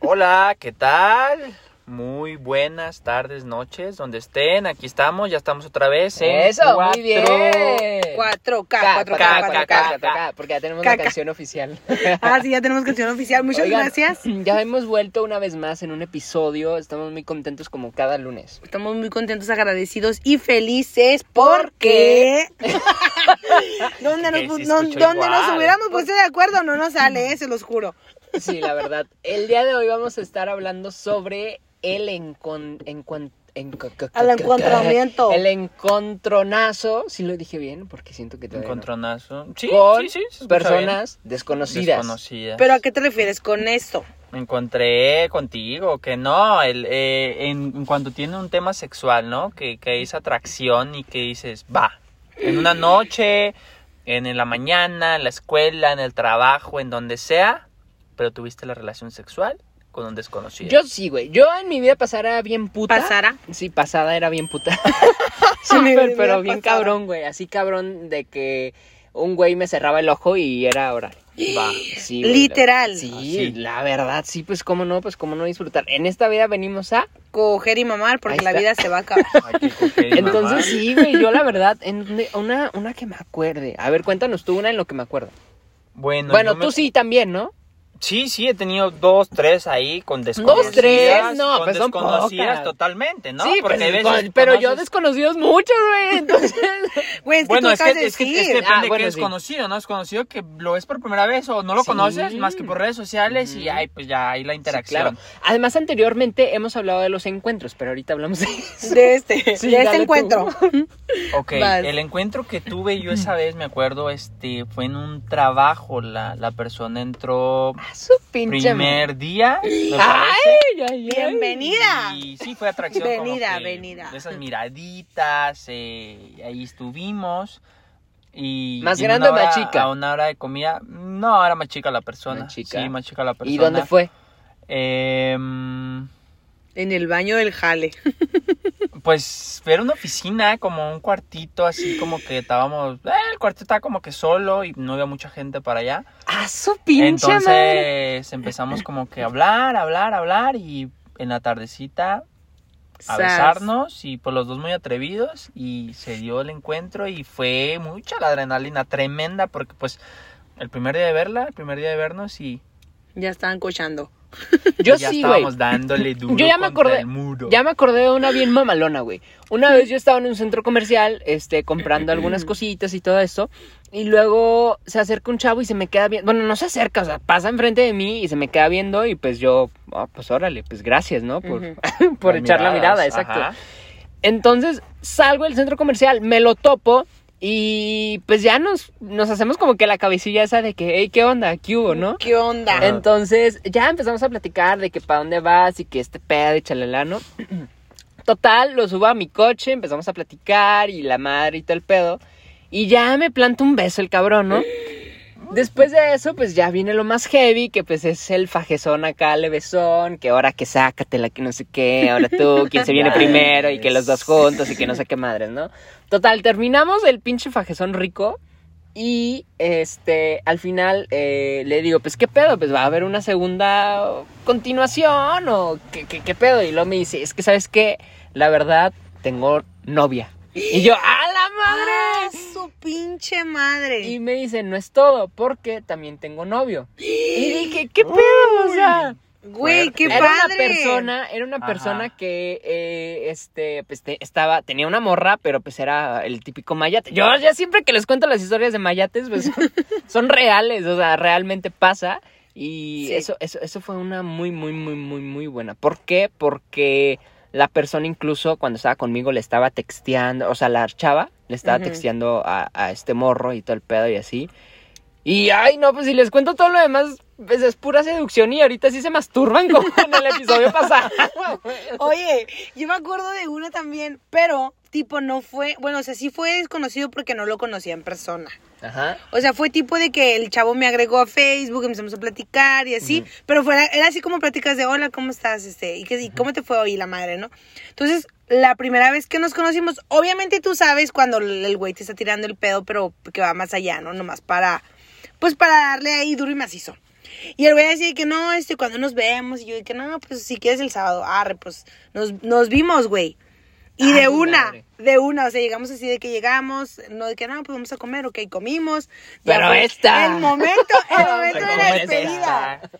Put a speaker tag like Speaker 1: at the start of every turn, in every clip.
Speaker 1: Hola, ¿qué tal? Muy buenas tardes, noches, donde estén. Aquí estamos, ya estamos otra vez. en
Speaker 2: Eso,
Speaker 1: cuatro-
Speaker 2: muy bien.
Speaker 3: 4K,
Speaker 2: K,
Speaker 3: 4K,
Speaker 2: K,
Speaker 3: 4K.
Speaker 2: K, K, porque ya tenemos la
Speaker 3: Caca.
Speaker 2: canción oficial.
Speaker 3: Ah, sí, ya tenemos canción oficial. Muchas
Speaker 2: Oigan,
Speaker 3: gracias.
Speaker 2: Ya hemos vuelto una vez más en un episodio. Estamos muy contentos como cada lunes.
Speaker 3: Estamos muy contentos, agradecidos y felices porque... ¿Dónde, nos,
Speaker 1: Que
Speaker 3: pu-
Speaker 1: se
Speaker 3: no-
Speaker 1: escuchó
Speaker 3: donde nos
Speaker 1: igual.
Speaker 3: hubiéramos puesto de acuerdo no nos sale, eh, se los juro.
Speaker 2: Sí, la verdad. El día de hoy vamos a estar hablando sobre el encon... encon- enco- co- co-
Speaker 3: Al
Speaker 2: co-
Speaker 3: encontramiento.
Speaker 2: El encontronazo. Sí lo dije bien, porque siento que todavía no.
Speaker 1: Encontronazo. Sí,
Speaker 2: Con
Speaker 1: sí, sí. se escucha
Speaker 2: personas
Speaker 1: bien.
Speaker 2: desconocidas.
Speaker 1: desconocidas.
Speaker 3: ¿Pero a qué te refieres con esto?
Speaker 1: Me encontré contigo, que no, el, eh, en, en cuanto tiene un tema sexual, ¿no? Que, que es atracción y que dices, va, en una noche, en, en la mañana, en la escuela, en el trabajo, en donde sea, pero tuviste la relación sexual con un desconocido.
Speaker 2: Yo sí, güey. Yo en mi vida pasara bien puta.
Speaker 3: ¿Pasara?
Speaker 2: Sí, pasada era bien puta.
Speaker 3: Sí, mi
Speaker 2: pero
Speaker 3: vida
Speaker 2: pero bien
Speaker 3: pasada.
Speaker 2: cabrón, güey. Así cabrón de que un güey me cerraba el ojo y era ahora.
Speaker 1: Va.
Speaker 2: Sí, güey,
Speaker 3: Literal.
Speaker 2: la- sí,
Speaker 1: Así.
Speaker 2: la verdad, sí, pues cómo no, pues cómo no disfrutar. En esta vida venimos a.
Speaker 3: Coger y mamar porque
Speaker 2: Ahí
Speaker 3: la
Speaker 2: está.
Speaker 3: vida se va a acabar.
Speaker 1: Ay, qué coquete, mamá.
Speaker 2: Entonces, sí, güey, yo la verdad, en donde- una, una que me acuerde. A ver, cuéntanos tú una en lo que me acuerdo.
Speaker 1: Bueno,
Speaker 2: bueno,
Speaker 1: yo
Speaker 2: tú
Speaker 1: me-
Speaker 2: sí también, ¿no?
Speaker 1: Sí, sí, he tenido dos, tres ahí con desconocidas.
Speaker 2: tres? No,
Speaker 1: con
Speaker 2: pues son
Speaker 1: desconocidas
Speaker 2: pocas.
Speaker 1: totalmente, ¿no?
Speaker 2: sí,
Speaker 1: Porque
Speaker 2: pues,
Speaker 1: a veces
Speaker 2: con- pero yo
Speaker 1: conoces-
Speaker 2: desconocidos mucho, güey. Entonces.
Speaker 3: Güey, es que
Speaker 1: Bueno,
Speaker 3: tú
Speaker 1: es que,
Speaker 3: acabas de
Speaker 1: es que, este es que
Speaker 3: decir.
Speaker 1: depende
Speaker 2: Ah,
Speaker 1: de
Speaker 2: bueno,
Speaker 1: qué
Speaker 2: sí.
Speaker 1: desconocido, ¿no? Desconocido que lo ves por primera vez o no lo
Speaker 2: Sí.
Speaker 1: conoces más que por redes sociales y ay, pues ya hay la interacción.
Speaker 2: Sí, claro. Además, anteriormente hemos hablado de los encuentros, pero ahorita hablamos de eso.
Speaker 3: De este,
Speaker 2: Sí,
Speaker 3: de este
Speaker 2: dale tú.
Speaker 3: encuentro.
Speaker 1: Ok,
Speaker 3: Vas.
Speaker 1: el encuentro que tuve yo esa vez, me acuerdo, este, fue en un trabajo, la, la persona entró
Speaker 2: A su pinche madre.
Speaker 1: primer día, me
Speaker 2: ¡Ay,
Speaker 1: parece,
Speaker 2: ay, ay!
Speaker 3: Bienvenida.
Speaker 1: Y sí, fue atracción. como
Speaker 3: Venida,
Speaker 1: que
Speaker 3: venida.
Speaker 1: Esas miraditas, eh, ahí estuvimos. Y
Speaker 2: ¿Más
Speaker 1: y en
Speaker 2: grande
Speaker 1: una
Speaker 2: o más
Speaker 1: hora-
Speaker 2: chica?
Speaker 1: A una hora de comida. No, era más chica la persona.
Speaker 2: Más chica.
Speaker 1: Sí, más chica la persona.
Speaker 2: ¿Y dónde fue?
Speaker 1: Em,
Speaker 3: En el baño del jale.
Speaker 1: pues era una oficina, como un cuartito, así como que estábamos. eh, el cuartito estaba como que solo y no había mucha gente para allá.
Speaker 2: ¡A Ah, su pinche
Speaker 1: Entonces
Speaker 2: madre!
Speaker 1: empezamos como que a hablar, hablar, hablar y en la tardecita a
Speaker 3: Sas.
Speaker 1: besarnos y por los dos muy atrevidos y se dio el encuentro y fue mucha la adrenalina tremenda porque pues el primer día de verla, el primer día de vernos y
Speaker 3: Ya estaban cochando.
Speaker 2: Yo
Speaker 1: ya
Speaker 2: sí, güey.
Speaker 1: estábamos dándole duro
Speaker 2: Yo ya me
Speaker 1: contra
Speaker 2: acordé.
Speaker 1: el muro.
Speaker 2: Ya me acordé de una bien mamalona, güey. Una vez yo estaba en un centro comercial, este, comprando algunas cositas y todo eso. Y luego se acerca un chavo y se me queda viendo. Bueno, no se acerca, o sea, pasa enfrente de mí y se me queda viendo. Y pues yo, ah, pues órale, pues gracias, ¿no? Por, por
Speaker 1: Las
Speaker 2: echar la mirada,
Speaker 1: miradas,
Speaker 2: exacto.
Speaker 1: ajá.
Speaker 2: Entonces salgo del centro comercial, me lo topo y pues ya nos, nos hacemos como que la cabecilla esa de que, hey, ¿qué onda? ¿Qué hubo, no? Ah.
Speaker 3: ¿Qué onda?
Speaker 1: Ajá.
Speaker 2: Entonces ya empezamos a platicar de que para dónde vas y que este pedo y chalala, ¿no? Total, lo subo a mi coche, empezamos a platicar y la madre y todo el pedo. Y ya me planta un beso el cabrón, ¿no? Después de eso, pues ya viene lo más heavy, que pues es el fajezón acá, levesón, que ahora que sácatela, que no sé qué, ahora tú, quién se viene
Speaker 1: Ya
Speaker 2: primero y que
Speaker 1: ves.
Speaker 2: los dos juntos y que no sé qué madres, ¿no? Total, terminamos el pinche fajezón rico y este, al final eh, le digo, pues qué pedo, pues va a haber una segunda continuación o qué, qué, qué pedo. Y luego me dice, es que sabes qué, la verdad, tengo novia. Y yo, ¡a la madre!
Speaker 3: ¡Ah, su pinche madre!
Speaker 2: Y me dice, no es todo, porque también tengo novio. Y dije, ¿qué pedo? O sea,
Speaker 3: Güey, qué
Speaker 2: era una
Speaker 3: padre.
Speaker 2: persona, era una
Speaker 1: Ajá.
Speaker 2: persona que, eh, este, pues te- estaba, tenía una morra, pero pues era el típico mayate. Yo ya siempre que les cuento las historias de mayates, pues son, son reales, o sea, realmente pasa. Y
Speaker 3: Sí.
Speaker 2: eso, eso, eso fue una muy, muy, muy, muy, muy buena. ¿Por qué? Porque la persona incluso cuando estaba conmigo le estaba texteando, o sea, la chava le estaba
Speaker 3: Ujú.
Speaker 2: texteando a, a este morro y todo el pedo y así. Y ay, no, pues si les cuento todo lo demás, pues es pura seducción y ahorita sí se masturban como en el episodio pasado.
Speaker 3: Oye, yo me acuerdo de una también, pero tipo no fue, bueno, o sea, sí fue desconocido porque no lo conocía en persona.
Speaker 2: Ajá.
Speaker 3: O sea, fue tipo de que el chavo me agregó a Facebook, empezamos a platicar y así, pero fuera, era así como pláticas de, hola, ¿cómo estás? Este, y, que, y cómo te fue hoy la madre, ¿no? Entonces, la primera vez que nos conocimos, obviamente tú sabes cuando el el güey te está tirando el pedo, pero que va más allá, ¿no? Nomás para, pues para darle ahí duro y macizo. Y el güey así de que no, este, cuando nos vemos. Y yo de que no, pues si quieres el sábado, arre, pues nos, nos vimos, güey. Y
Speaker 2: Ay,
Speaker 3: de una,
Speaker 2: Ah, madre.
Speaker 3: de una, o sea, llegamos así de que llegamos, no de que no, pues vamos a comer, ok, comimos. Ya
Speaker 2: Pero
Speaker 3: fue
Speaker 2: esta.
Speaker 3: El momento, el momento de la
Speaker 1: Como
Speaker 2: Comete
Speaker 3: despedida.
Speaker 1: esta.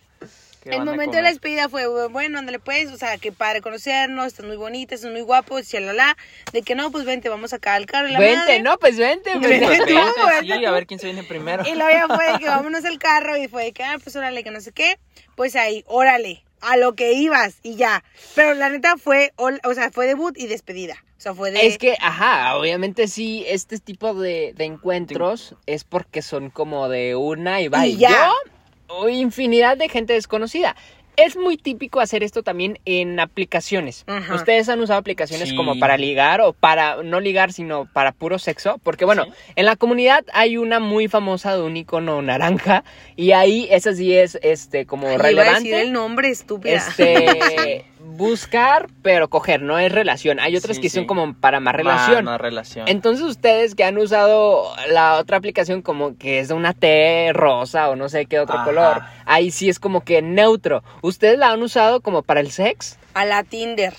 Speaker 1: ¿Qué
Speaker 3: El
Speaker 1: van a
Speaker 3: momento de la
Speaker 1: comer?
Speaker 3: despedida fue, bu- bueno, ándale pues, o sea, que padre conocernos, estás muy bonita, estás muy guapo, chalala, de que no, pues vente, vamos acá al carro. y la
Speaker 2: Vente,
Speaker 3: madre.
Speaker 2: no, pues vente,
Speaker 1: Sí,
Speaker 3: Vente
Speaker 2: güey.
Speaker 1: pues,
Speaker 3: tú,
Speaker 1: vente,
Speaker 3: vente
Speaker 1: sí, a ver quién se viene primero.
Speaker 3: Y luego ya fue de que vámonos al carro y fue de que, ah, pues órale, que no sé qué, pues ahí, órale, a lo que ibas y ya. Pero la neta fue, ol- o sea, fue debut y despedida, o sea, fue de...
Speaker 2: Es que, ajá, obviamente sí, este tipo de, de encuentros es porque son como de una y va
Speaker 3: Y
Speaker 2: y
Speaker 3: ya.
Speaker 2: yo, o infinidad de gente desconocida. Es muy típico hacer esto también en aplicaciones.
Speaker 3: Ajá.
Speaker 2: Ustedes han usado aplicaciones
Speaker 1: Sí.
Speaker 2: como para ligar o para no ligar, sino para puro sexo. Porque bueno, en la comunidad hay una muy famosa de un icono naranja y ahí esa sí es este como
Speaker 3: Ay, iba a
Speaker 2: relevante.
Speaker 3: decir el nombre, estúpida.
Speaker 2: Este, buscar, pero coger, no es relación. Hay otras
Speaker 1: Sí,
Speaker 2: que
Speaker 1: sí.
Speaker 2: son como para más relación.
Speaker 1: Mano, Ah, relación.
Speaker 2: Entonces ustedes que han usado la otra aplicación como que es de una T rosa o no sé qué otro
Speaker 1: Ajá.
Speaker 2: color, ahí sí es como que neutro. ¿Ustedes la han usado como para el sex?
Speaker 3: A la Tinder.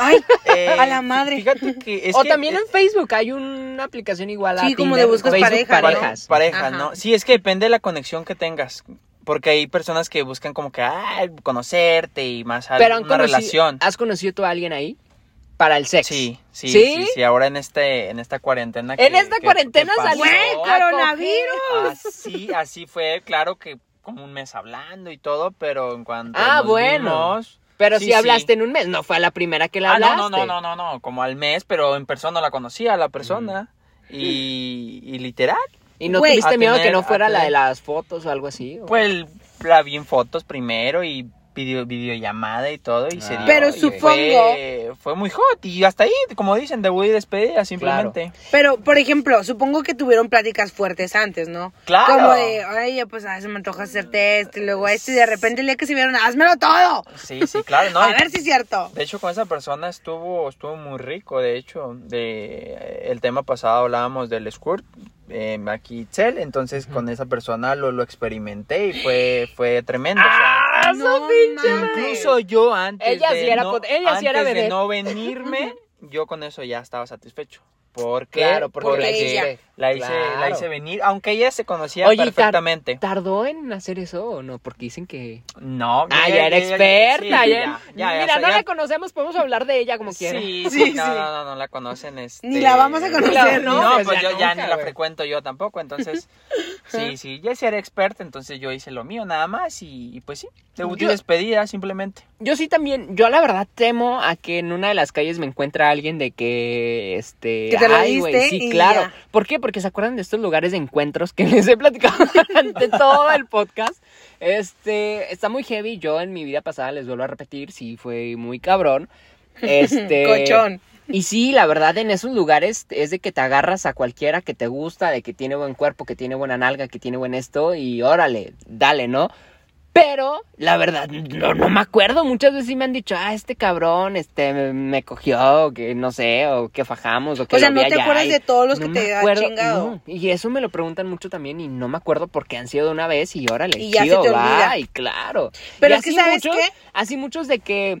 Speaker 3: Ay,
Speaker 1: Eh,
Speaker 3: a la madre.
Speaker 1: Fíjate que es
Speaker 2: o
Speaker 1: que-
Speaker 2: también
Speaker 1: es-
Speaker 2: en Facebook hay una aplicación igual a
Speaker 3: Sí, como
Speaker 2: Tinder,
Speaker 3: de buscas
Speaker 2: Facebook
Speaker 3: pareja, ¿no?
Speaker 2: parejas.
Speaker 1: Pareja,
Speaker 3: Ajá.
Speaker 1: ¿no? Sí, es que depende de la conexión que tengas. Porque hay personas que buscan como que, ay, conocerte y más al-
Speaker 2: Pero han
Speaker 1: una
Speaker 2: conocido-
Speaker 1: relación.
Speaker 2: ¿has conocido tú a alguien ahí para el sex?
Speaker 1: Sí, sí,
Speaker 2: ¿Sí?
Speaker 1: sí, sí, ahora en este, en esta cuarentena.
Speaker 2: En
Speaker 1: que-
Speaker 2: esta
Speaker 1: que-
Speaker 2: cuarentena
Speaker 1: que pasó,
Speaker 2: salió
Speaker 3: Güey,
Speaker 2: a
Speaker 3: coronavirus.
Speaker 1: Así, así fue, claro que como un mes hablando y todo, pero en cuanto
Speaker 2: Ah,
Speaker 1: nos
Speaker 2: bueno.
Speaker 1: vimos-
Speaker 2: Pero
Speaker 1: Sí,
Speaker 2: si
Speaker 1: sí.
Speaker 2: hablaste en un mes, no fue a la primera que la
Speaker 1: Ah, no,
Speaker 2: hablaste.
Speaker 1: no, no, no, no, no, como al mes, pero en persona la conocía la persona.
Speaker 2: Mm.
Speaker 1: Y, y literal,
Speaker 2: Y no
Speaker 3: Güey.
Speaker 2: tuviste
Speaker 1: A
Speaker 2: miedo que
Speaker 1: tener-
Speaker 2: no
Speaker 1: a
Speaker 2: fuera la de
Speaker 1: tener-
Speaker 2: las fotos o algo así. ¿o?
Speaker 1: pues la vi en fotos primero y video, videollamada y todo y se
Speaker 2: Ah,
Speaker 1: dio.
Speaker 3: Pero
Speaker 1: y
Speaker 3: supongo-
Speaker 1: Fue, fue muy hot y hasta ahí, como dicen, debut y despedida simplemente.
Speaker 3: Pero, por ejemplo, supongo que tuvieron pláticas fuertes antes, ¿no?
Speaker 1: Claro.
Speaker 3: Como de, oye, pues a se me antoja hacerte esto y luego esto, y de repente el día que se vieron, házmelo todo.
Speaker 1: Sí, sí, claro, no.
Speaker 3: a
Speaker 1: y-
Speaker 3: ver si es cierto.
Speaker 1: De hecho, con esa persona estuvo, estuvo muy rico, de hecho. De, eh, el tema pasado hablábamos del squirt, eh, aquí Itzel, entonces con esa persona lo, lo experimenté y fue, fue tremendo. o sea,
Speaker 2: ¡Ah,
Speaker 3: No
Speaker 2: su pinche
Speaker 3: mames.
Speaker 2: madre!
Speaker 1: incluso yo antes,
Speaker 2: Ella
Speaker 1: de,
Speaker 2: sí era
Speaker 1: no,
Speaker 2: pot- ella sí era
Speaker 1: antes de
Speaker 2: vedette.
Speaker 1: no venirme, yo con eso ya estaba satisfecho. ¿Por qué?
Speaker 2: Claro, porque,
Speaker 3: Porque
Speaker 2: la
Speaker 3: ella.
Speaker 2: hiciste.
Speaker 1: La hice, la
Speaker 2: Claro.
Speaker 1: hice venir, aunque ella se conocía
Speaker 2: Oye, y tar-
Speaker 1: perfectamente.
Speaker 2: ¿Tardó en hacer eso o no? Porque dicen que.
Speaker 1: No,
Speaker 2: Ah,
Speaker 1: ya-
Speaker 2: ya era
Speaker 1: ya- ya-
Speaker 2: experta.
Speaker 1: sí,
Speaker 2: ya-
Speaker 1: ya- ya-
Speaker 2: Mira,
Speaker 1: ya-
Speaker 2: no
Speaker 1: ya-
Speaker 2: la conocemos, podemos hablar de ella como quiera.
Speaker 1: Sí,
Speaker 3: Sí,
Speaker 1: sí,
Speaker 3: sí.
Speaker 1: no, no, no, no la conocen. Este...
Speaker 3: Ni la vamos a conocer,
Speaker 1: Claro,
Speaker 2: ¿no?
Speaker 1: No,
Speaker 2: Pues
Speaker 1: pues
Speaker 2: ya
Speaker 1: yo ya
Speaker 2: nunca,
Speaker 1: ni la
Speaker 2: güey.
Speaker 1: frecuento yo tampoco, entonces, sí, sí, Jessie era experta, entonces yo hice lo mío nada más y, y pues sí, debut y
Speaker 2: Yo-
Speaker 1: despedida simplemente.
Speaker 2: Yo sí también, yo la verdad temo a que en una de las calles me encuentre alguien de que este.
Speaker 3: Que te lo
Speaker 2: ay, güey,
Speaker 3: diste
Speaker 2: Sí,
Speaker 3: y
Speaker 2: claro.
Speaker 3: ya.
Speaker 2: ¿Por qué? Porque se acuerdan de estos lugares de encuentros que les he platicado durante todo el podcast. Este, está muy heavy. Yo en mi vida pasada les vuelvo a repetir, sí fue muy cabrón. Este.
Speaker 3: Cochón.
Speaker 2: Y sí, la verdad, en esos lugares es de que te agarras a cualquiera que te gusta, de que tiene buen cuerpo, que tiene buena nalga, que tiene buen esto, y órale, dale, ¿no? Pero, la verdad, no, no me acuerdo. Muchas veces sí me han dicho, ah, este cabrón, este, me, me cogió, o que no sé, o que fajamos, o que
Speaker 3: O sea,
Speaker 2: lo
Speaker 3: no
Speaker 2: vi
Speaker 3: te
Speaker 2: allá,
Speaker 3: acuerdas
Speaker 2: y
Speaker 3: de todos los que
Speaker 2: no
Speaker 3: te
Speaker 2: me
Speaker 3: ha
Speaker 2: acuerdo,
Speaker 3: chingado.
Speaker 2: no. Y eso me lo preguntan mucho también, y no me acuerdo porque han sido de una vez, y órale,
Speaker 3: Y ya se
Speaker 2: chido,
Speaker 3: te
Speaker 2: va,
Speaker 3: olvida.
Speaker 2: y claro.
Speaker 3: Pero
Speaker 2: Y
Speaker 3: es que,
Speaker 2: así
Speaker 3: ¿sabes
Speaker 2: muchos-
Speaker 3: qué?
Speaker 2: Así muchos de que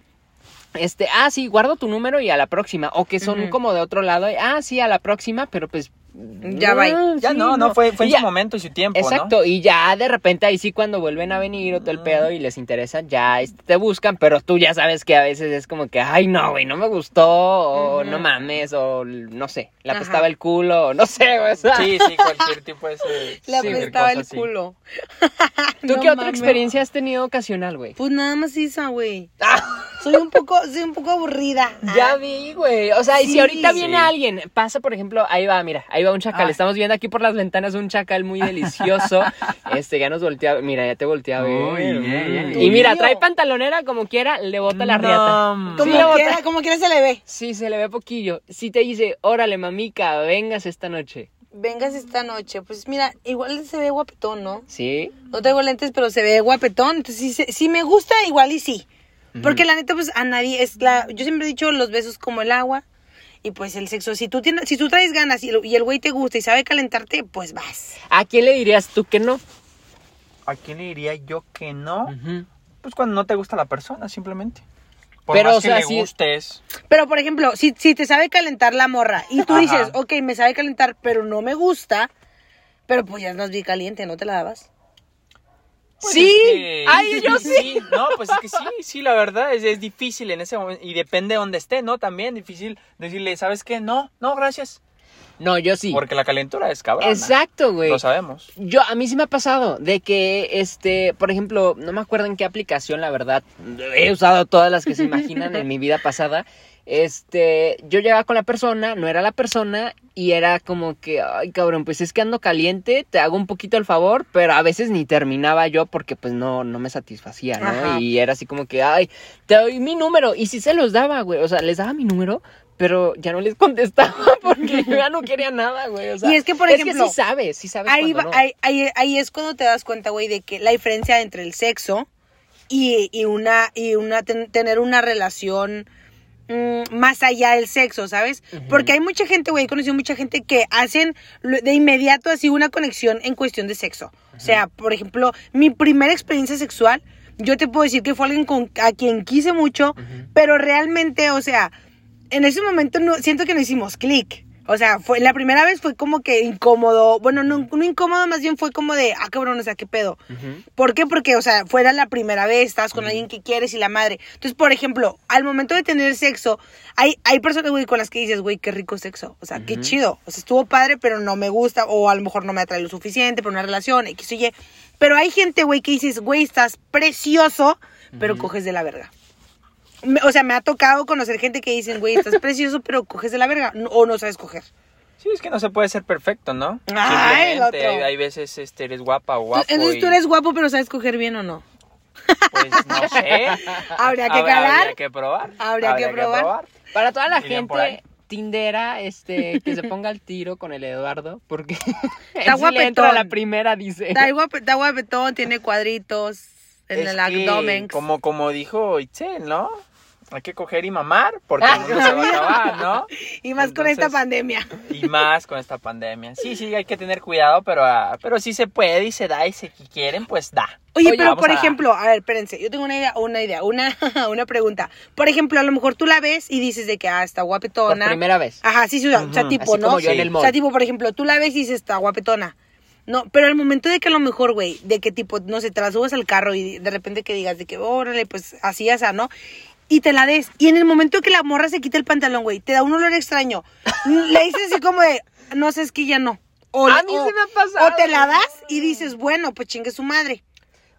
Speaker 2: este, ah, sí, guardo tu número y a la próxima. O que son
Speaker 3: Ujú.
Speaker 2: como de otro lado, y, ah, sí, a la próxima, pero pues.
Speaker 3: Ya va.
Speaker 2: no,
Speaker 1: Ya
Speaker 2: sí,
Speaker 1: no, no, fue, fue
Speaker 2: Y
Speaker 1: en
Speaker 2: ya-
Speaker 1: su momento y su tiempo,
Speaker 2: Exacto, y ya de repente ahí sí cuando vuelven a venir o todo el pedo y les interesa, ya este, te buscan, pero tú ya sabes que a veces es como que, ay, no, güey, no me gustó, o
Speaker 3: Ujú.
Speaker 2: no mames, o no sé, le
Speaker 3: Ajá.
Speaker 2: apestaba el culo, o no sé, güey. o
Speaker 1: ¿no?
Speaker 2: sea.
Speaker 1: Sí, sí, cualquier tipo de ese-
Speaker 3: Le
Speaker 1: cualquier
Speaker 3: apestaba
Speaker 1: cosa
Speaker 3: el
Speaker 1: así.
Speaker 3: culo.
Speaker 2: ¿Tú
Speaker 3: No
Speaker 2: qué otra
Speaker 3: mames.
Speaker 2: experiencia has tenido ocasional, güey?
Speaker 3: Pues nada más esa, güey. Soy un poco, soy un poco aburrida. Ah,
Speaker 2: Ya vi, güey. O sea, y si
Speaker 3: Sí.
Speaker 2: ahorita viene
Speaker 1: Sí.
Speaker 2: alguien, pasa, por ejemplo, ahí va, mira, ahí va un chacal.
Speaker 1: Ah.
Speaker 2: Estamos viendo aquí por las ventanas un chacal muy delicioso. Este, ya nos voltea, mira, ya te voltea a ver.
Speaker 1: Uy, bien, bien,
Speaker 2: Y
Speaker 3: bien.
Speaker 2: mira,
Speaker 3: Mío.
Speaker 2: trae pantalonera como quiera, le bota la
Speaker 1: No,
Speaker 2: riata.
Speaker 1: hombre.
Speaker 3: Como
Speaker 2: Sí, le bota-
Speaker 3: quiera, como quiera se le ve.
Speaker 2: Sí, se le ve poquillo. Si te dice, órale, mamica, vengas esta noche.
Speaker 3: Vengas esta noche. Pues mira, igual se ve guapetón, ¿no?
Speaker 2: ¿Sí?
Speaker 3: No tengo lentes, pero se ve guapetón. Entonces, sí, se- sí me gusta, igual y sí. Porque la neta, pues a nadie es la. Yo siempre he dicho los besos como el agua. Y pues el sexo. Si tú, tienes, si tú traes ganas y, lo- y el güey te gusta y sabe calentarte, pues vas.
Speaker 2: ¿A quién le dirías tú que no?
Speaker 1: ¿a quién le diría yo que no?
Speaker 2: Ujú.
Speaker 1: Pues cuando no te gusta la persona, simplemente. Por
Speaker 2: Pero,
Speaker 1: más
Speaker 2: o sea,
Speaker 1: que le
Speaker 2: sí-
Speaker 1: gustes.
Speaker 3: Pero, por ejemplo, si, si te sabe calentar la morra y tú
Speaker 1: Ajá.
Speaker 3: dices, ok, me sabe calentar, pero no me gusta, pero pues ya no es bien caliente, ¿no te la dabas?
Speaker 1: Pues
Speaker 2: sí,
Speaker 1: es que-
Speaker 2: ay, yo sí.
Speaker 1: No, pues es que sí, sí, la verdad es, es difícil en ese momento. Y depende de dónde esté, ¿no? También difícil decirle, ¿sabes qué? No, no, gracias.
Speaker 2: No, yo sí.
Speaker 1: Porque la calentura es cabrón.
Speaker 2: Exacto, güey.
Speaker 1: Lo sabemos.
Speaker 2: Yo, a mí sí me ha pasado de que, este, por ejemplo, no me acuerdo en qué aplicación, la verdad, he usado todas las que se imaginan en mi vida pasada. Este, yo llegaba con la persona, no era la persona, y era como que, ay, cabrón, pues es que ando caliente, te hago un poquito el favor, pero a veces ni terminaba yo porque, pues, no, no me satisfacía, ¿no?
Speaker 3: Ajá.
Speaker 2: Y era así como que, ay, te doy mi número, y sí se los daba, güey, o sea, les daba mi número, pero ya no les contestaba porque ya no quería nada, güey, o sea.
Speaker 3: Y es que, por ejemplo,
Speaker 2: sí sabes, sí sabes
Speaker 3: Ahí,
Speaker 2: cuando
Speaker 3: va-
Speaker 2: no.
Speaker 3: ahí, ahí- ahí es cuando te das cuenta, güey, de que la diferencia entre el sexo y, y una, y una ten- tener una relación mm, más allá del sexo, ¿sabes? Porque hay mucha gente, güey, he conocido mucha gente que hacen lo- de inmediato así una conexión en cuestión de sexo. O sea, por ejemplo, mi primera experiencia sexual, yo te puedo decir que fue alguien con, a quien quise mucho, pero realmente, o sea, en ese momento no, siento que no hicimos clic. O sea, fue, la primera vez fue como que incómodo. Bueno, no, no incómodo, más bien fue como de, ah, cabrón, o sea, qué pedo. ¿Por qué? Porque, o sea, fuera la primera vez, estabas con alguien que quieres y la madre. Entonces, por ejemplo, al momento de tener sexo, hay, hay personas, güey, con las que dices, güey, qué rico sexo. O sea, qué chido. O sea, estuvo padre, pero no me gusta. O a lo mejor no me atrae lo suficiente por una relación, X o Y. Pero hay gente, güey, que dices, güey, estás precioso, pero coges de la verga. Me- O sea, me ha tocado conocer gente que dicen, güey, estás precioso, pero coges de la verga. No- o no sabes coger.
Speaker 1: Sí, es que no se puede ser perfecto, ¿no?
Speaker 3: Ay, el
Speaker 1: Simplemente
Speaker 3: otro.
Speaker 1: hay, hay veces este, eres guapa o guapo.
Speaker 3: Entonces
Speaker 1: y,
Speaker 3: tú eres guapo, pero sabes coger bien o no.
Speaker 1: Pues no sé.
Speaker 3: Habría que
Speaker 1: Hab-
Speaker 3: calar.
Speaker 1: Habría que probar.
Speaker 3: Habría que probar.
Speaker 2: Para toda la
Speaker 1: Dirían por ahí.
Speaker 2: gente tindera, este, que se ponga al tiro con el Eduardo, porque él sí
Speaker 3: guapetón.
Speaker 2: le entra a la primera, dice.
Speaker 3: Está guape- está guapetón, tiene cuadritos en
Speaker 1: Es
Speaker 3: el
Speaker 1: que,
Speaker 3: abdomen.
Speaker 1: Como, como dijo Itzel, ¿no? Hay que coger y mamar porque
Speaker 3: Ah,
Speaker 1: el mundo se va a acabar, ¿no?
Speaker 3: Y más con esta
Speaker 1: Entonces-
Speaker 3: pandemia.
Speaker 1: Y más con esta pandemia. Sí, sí, hay que tener cuidado, pero, ah, pero sí se puede y se da y si quieren, pues da.
Speaker 3: Oye, pero
Speaker 1: vamos
Speaker 3: por
Speaker 1: a dar.
Speaker 3: ejemplo, a ver, espérense, yo tengo una idea, una idea, una, una pregunta. Por ejemplo, a lo mejor tú la ves y dices de que, ah, está
Speaker 2: Por
Speaker 3: guapetona.
Speaker 2: primera vez.
Speaker 3: Ajá, sí, sí, o sea, o sea,
Speaker 1: Ujú,
Speaker 3: tipo,
Speaker 2: así
Speaker 3: ¿no?
Speaker 2: como yo en el
Speaker 3: O
Speaker 2: mall.
Speaker 3: sea, tipo, por ejemplo, tú la ves y dices, está guapetona. No, pero al momento de que a lo mejor, güey, de que tipo, no sé, te la subes al carro y de repente que digas de que, órale, pues así, así, ¿no? Y te la des. Y en el momento que la morra se quita el pantalón, güey, te da un olor extraño. Le dices así como de, no sé, es que ya no. O,
Speaker 2: A mí
Speaker 3: o-
Speaker 2: se me ha pasado.
Speaker 3: O te la das y dices, bueno, pues chingue su madre.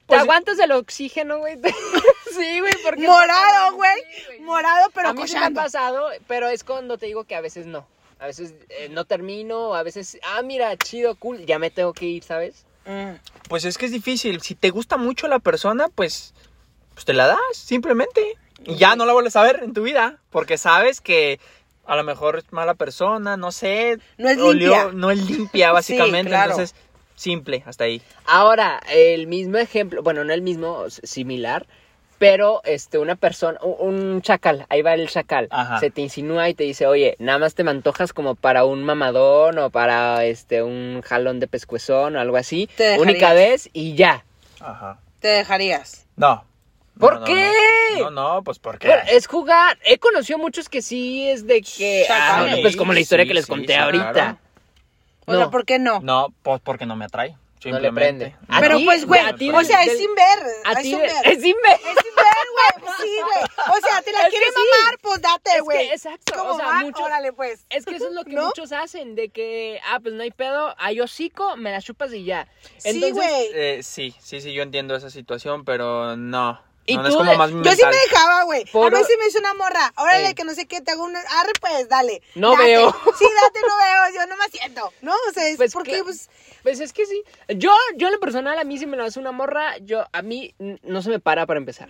Speaker 2: Te aguantas el oxígeno, güey. sí, güey, porque...
Speaker 3: Morado, güey.
Speaker 2: Sí,
Speaker 3: Morado, pero
Speaker 2: a mí se me ha
Speaker 3: cochando.
Speaker 2: pasado, pero es cuando te digo que a veces no. A veces eh, no termino, a veces, ah, mira, chido, cool, ya me tengo que ir, ¿sabes?
Speaker 3: Mm.
Speaker 1: Pues es que es difícil. Si te gusta mucho la persona, pues, pues te la das, simplemente. Y ya no la vuelves a ver en tu vida, porque sabes que a lo mejor es mala persona, no sé.
Speaker 3: No es limpia.
Speaker 1: No es limpia, básicamente.
Speaker 3: claro.
Speaker 1: Entonces, simple, hasta ahí.
Speaker 2: Ahora, el mismo ejemplo, bueno, no el mismo, s- similar, pero este, una persona, u- un chacal, ahí va el chacal,
Speaker 1: Ajá.
Speaker 2: se te insinúa y te dice, oye, nada más te me antojas como para un mamadón o para este, un jalón de pescuezón o algo así,
Speaker 3: Te dejarías.
Speaker 2: única vez y ya.
Speaker 1: Ajá.
Speaker 3: Te dejarías.
Speaker 1: No.
Speaker 2: ¿Por
Speaker 1: No, no,
Speaker 2: qué?
Speaker 1: No. no, no, pues porque.
Speaker 2: Bueno,
Speaker 3: eh,
Speaker 2: es jugar, he conocido muchos que sí es de que, ah,
Speaker 3: Chacales.
Speaker 2: no, pues como la historia
Speaker 1: Sí,
Speaker 2: que les
Speaker 1: sí,
Speaker 2: conté
Speaker 1: sí,
Speaker 2: ahorita.
Speaker 1: claro.
Speaker 3: O
Speaker 2: No.
Speaker 3: sea, ¿por qué no?
Speaker 1: No, pues porque no me atrae.
Speaker 2: No
Speaker 1: Simplemente.
Speaker 2: le prende. A
Speaker 3: Pero
Speaker 2: ti,
Speaker 3: pues, güey,
Speaker 2: a ti
Speaker 3: o sea, es
Speaker 2: del-
Speaker 3: sin ver.
Speaker 2: A
Speaker 3: es
Speaker 2: ti,
Speaker 3: sin ver.
Speaker 2: es dime.
Speaker 3: Es sin ver, güey. Sí, güey. O sea, te la
Speaker 2: Es
Speaker 3: quieres
Speaker 2: que sí.
Speaker 3: mamar, pues
Speaker 2: Es
Speaker 3: date,
Speaker 2: que,
Speaker 3: güey.
Speaker 2: exacto,
Speaker 3: Como
Speaker 2: o sea,
Speaker 3: va,
Speaker 2: mucho-
Speaker 3: Órale, pues.
Speaker 2: Es que eso es lo que
Speaker 3: ¿No?
Speaker 2: muchos hacen, de que, ah, pues no hay pedo, hay hocico, me la chupas y ya.
Speaker 3: sí, güey.
Speaker 1: Eh, sí, sí, sí, yo entiendo esa situación, pero no.
Speaker 2: ¿Y
Speaker 1: no, no es
Speaker 2: tú
Speaker 1: como
Speaker 2: de-
Speaker 1: más
Speaker 3: Yo sí
Speaker 1: mental.
Speaker 3: me dejaba, güey.
Speaker 2: Mm. Por-
Speaker 3: A mí sí me hizo una morra. Órale,
Speaker 2: Ey.
Speaker 3: que no sé qué, te hago una. Arre, pues, dale.
Speaker 2: No
Speaker 3: Date.
Speaker 2: veo.
Speaker 3: Sí, date, no veo. Yo no me siento. No, o sea, es
Speaker 2: Pues,
Speaker 3: porque,
Speaker 2: cla-
Speaker 3: pues.
Speaker 2: Pues es que sí. Yo, yo en lo personal, a mí si me lo hace una morra, yo, a mí n- no se me para para empezar.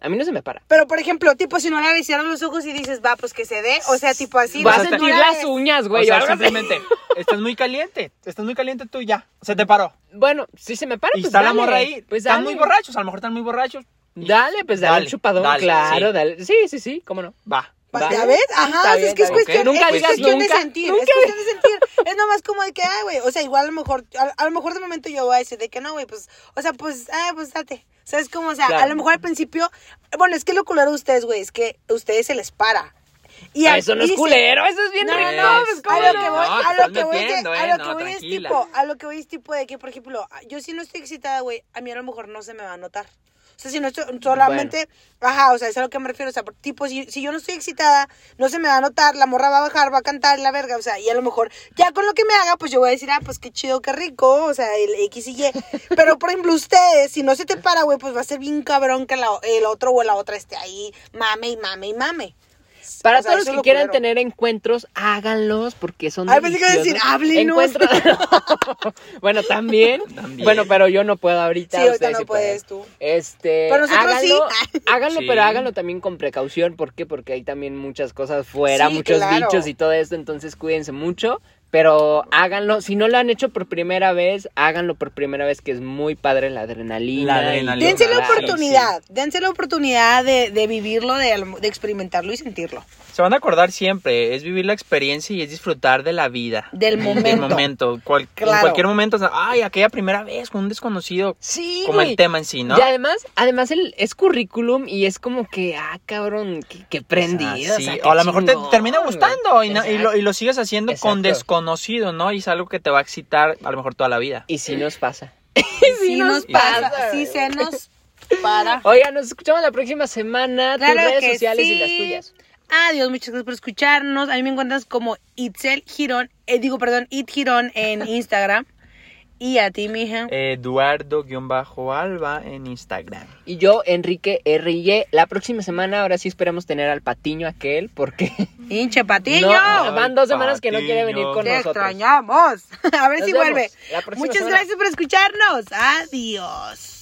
Speaker 2: A mí no se me para.
Speaker 3: Pero, por ejemplo, tipo, si no la ves, cierras los ojos y dices, va, pues que se dé. O sea, tipo así.
Speaker 2: Voy a
Speaker 1: o sea,
Speaker 3: no
Speaker 2: sentir
Speaker 3: la
Speaker 2: las
Speaker 3: ves.
Speaker 2: uñas, güey.
Speaker 1: o sea,
Speaker 2: ahora sí.
Speaker 1: simplemente, estás muy caliente, estás muy caliente tú ya, se te paró.
Speaker 2: Bueno, si se me para,
Speaker 1: y
Speaker 2: pues
Speaker 1: está la
Speaker 2: dale,
Speaker 1: morra ahí,
Speaker 2: Pues
Speaker 1: están
Speaker 2: dale.
Speaker 1: muy borrachos, a lo mejor están muy borrachos. y
Speaker 2: Dale, pues dale,
Speaker 1: Dale,
Speaker 2: el chupadón,
Speaker 1: dale,
Speaker 2: claro,
Speaker 1: sí.
Speaker 2: dale. Sí, sí, sí, cómo no.
Speaker 1: Va,
Speaker 2: Va.
Speaker 3: ¿Ya ves? Ajá,
Speaker 2: Está
Speaker 3: o sea,
Speaker 2: bien,
Speaker 3: es que es
Speaker 2: está bien.
Speaker 3: cuestión,
Speaker 1: Ok, nunca
Speaker 3: es
Speaker 1: digas
Speaker 3: cuestión
Speaker 2: nunca,
Speaker 3: de sentir,
Speaker 2: nunca.
Speaker 3: es cuestión de sentir. Es nomás como de que, ay, güey, o sea, igual a lo mejor, a, a lo mejor de momento yo voy a decir de que no, güey, pues, o sea, pues, ay, pues date. ¿Sabes cómo? O sea, a
Speaker 2: Claro.
Speaker 3: lo mejor al principio, bueno, es que lo culero de ustedes, güey, es que a ustedes se les para. Y a-
Speaker 2: Ah, eso no
Speaker 3: y
Speaker 2: es
Speaker 3: dice-
Speaker 2: culero, eso es bien
Speaker 3: no, no,
Speaker 2: rico.
Speaker 3: no,
Speaker 2: pues, ¿cómo
Speaker 3: a lo
Speaker 2: no?
Speaker 3: que voy,
Speaker 1: No, te
Speaker 3: a
Speaker 1: estás
Speaker 3: lo que voy, es,
Speaker 1: metiendo,
Speaker 3: de-
Speaker 1: eh,
Speaker 3: a lo
Speaker 1: no,
Speaker 3: que voy es
Speaker 1: tranquila.
Speaker 3: tipo, a lo que voy es tipo de que, por ejemplo, ah, yo si no estoy excitada, güey, a mí a lo mejor no se me va a notar. O sea, si no estoy solamente, ajá, o sea, es a lo que me refiero, o sea, por- tipo, si, si yo no estoy excitada, no se me va a notar, la morra va a bajar, va a cantar, la verga, o sea, y a lo mejor, ya con lo que me haga, pues yo voy a decir, ah, pues qué chido, qué rico, o sea, el X y Y, pero por ejemplo, ustedes, si no se te para, güey, pues va a ser bien cabrón que la- el otro o la otra esté ahí, mame y mame y mame.
Speaker 2: Para
Speaker 3: O sea,
Speaker 2: todos
Speaker 3: eso
Speaker 2: los que
Speaker 3: es lo
Speaker 2: quieran
Speaker 3: culero.
Speaker 2: tener encuentros, háganlos porque son
Speaker 3: Ay, pensé que iba a decir,
Speaker 2: deliciosos.
Speaker 3: "Háblenos".
Speaker 2: Encuentros- bueno, ¿también?
Speaker 1: También.
Speaker 2: Bueno, pero yo no puedo ahorita.
Speaker 3: Sí, ahorita
Speaker 2: ustedes
Speaker 3: no puedes tú.
Speaker 2: Este,
Speaker 3: Pero nosotros
Speaker 2: háganlo,
Speaker 3: sí.
Speaker 2: háganlo,
Speaker 1: Sí.
Speaker 2: pero háganlo también con precaución. ¿Por qué? Porque hay también muchas cosas fuera,
Speaker 3: Sí,
Speaker 2: muchos
Speaker 3: claro.
Speaker 2: bichos y todo esto. Entonces, cuídense mucho. Pero háganlo, si no lo han hecho por primera vez, háganlo por primera vez, que es muy padre la adrenalina.
Speaker 1: La
Speaker 2: y-
Speaker 1: adrenalina.
Speaker 3: Dense la
Speaker 1: Claro,
Speaker 3: oportunidad, dense la oportunidad de, de vivirlo, de, al- de experimentarlo y sentirlo.
Speaker 1: Se van a acordar siempre, ¿eh? es vivir la experiencia y es disfrutar de la vida.
Speaker 3: Del
Speaker 1: Del
Speaker 3: momento.
Speaker 1: momento, cual- en
Speaker 3: Claro.
Speaker 1: cualquier momento, o sea, ay, aquella primera vez con un desconocido,
Speaker 2: Sí,
Speaker 1: como
Speaker 2: güey.
Speaker 1: el tema en sí, ¿no?
Speaker 2: Y además, además el, es currículum y es como que, ah, cabrón, qué, qué prendido.
Speaker 1: Ah, sí. O a lo mejor te te termina gustando y, no- y lo, y lo sigues haciendo con
Speaker 2: Exacto.
Speaker 1: desconocido, ¿no? Y es algo que te va a excitar a lo mejor toda la vida.
Speaker 2: Y sí nos pasa.
Speaker 3: Sí,
Speaker 2: nos pasa,
Speaker 3: sí
Speaker 2: güey.
Speaker 3: se nos para.
Speaker 2: Oiga, nos escuchamos la próxima semana. tus
Speaker 3: Claro
Speaker 2: redes
Speaker 3: que
Speaker 2: sociales
Speaker 3: sí.
Speaker 2: y las tuyas.
Speaker 3: Adiós, muchas gracias por escucharnos. A mí me encuentras como Itzel Girón, eh, digo, perdón, It Girón en Instagram. Y a ti,
Speaker 2: Eh,
Speaker 3: mija.
Speaker 1: Eduardo-alba en Instagram.
Speaker 2: Y yo, Enrique R.I.E. La próxima semana, ahora sí esperamos tener al patiño aquel, porque
Speaker 3: Hinche patiño.
Speaker 2: no, van dos semanas que no quiere venir
Speaker 1: Patiño.
Speaker 2: con
Speaker 3: Te
Speaker 2: nosotros.
Speaker 3: extrañamos. A ver
Speaker 2: Nos
Speaker 3: si
Speaker 2: vemos
Speaker 3: vuelve.
Speaker 2: la próxima
Speaker 3: Muchas
Speaker 2: semana.
Speaker 3: gracias por escucharnos. Adiós.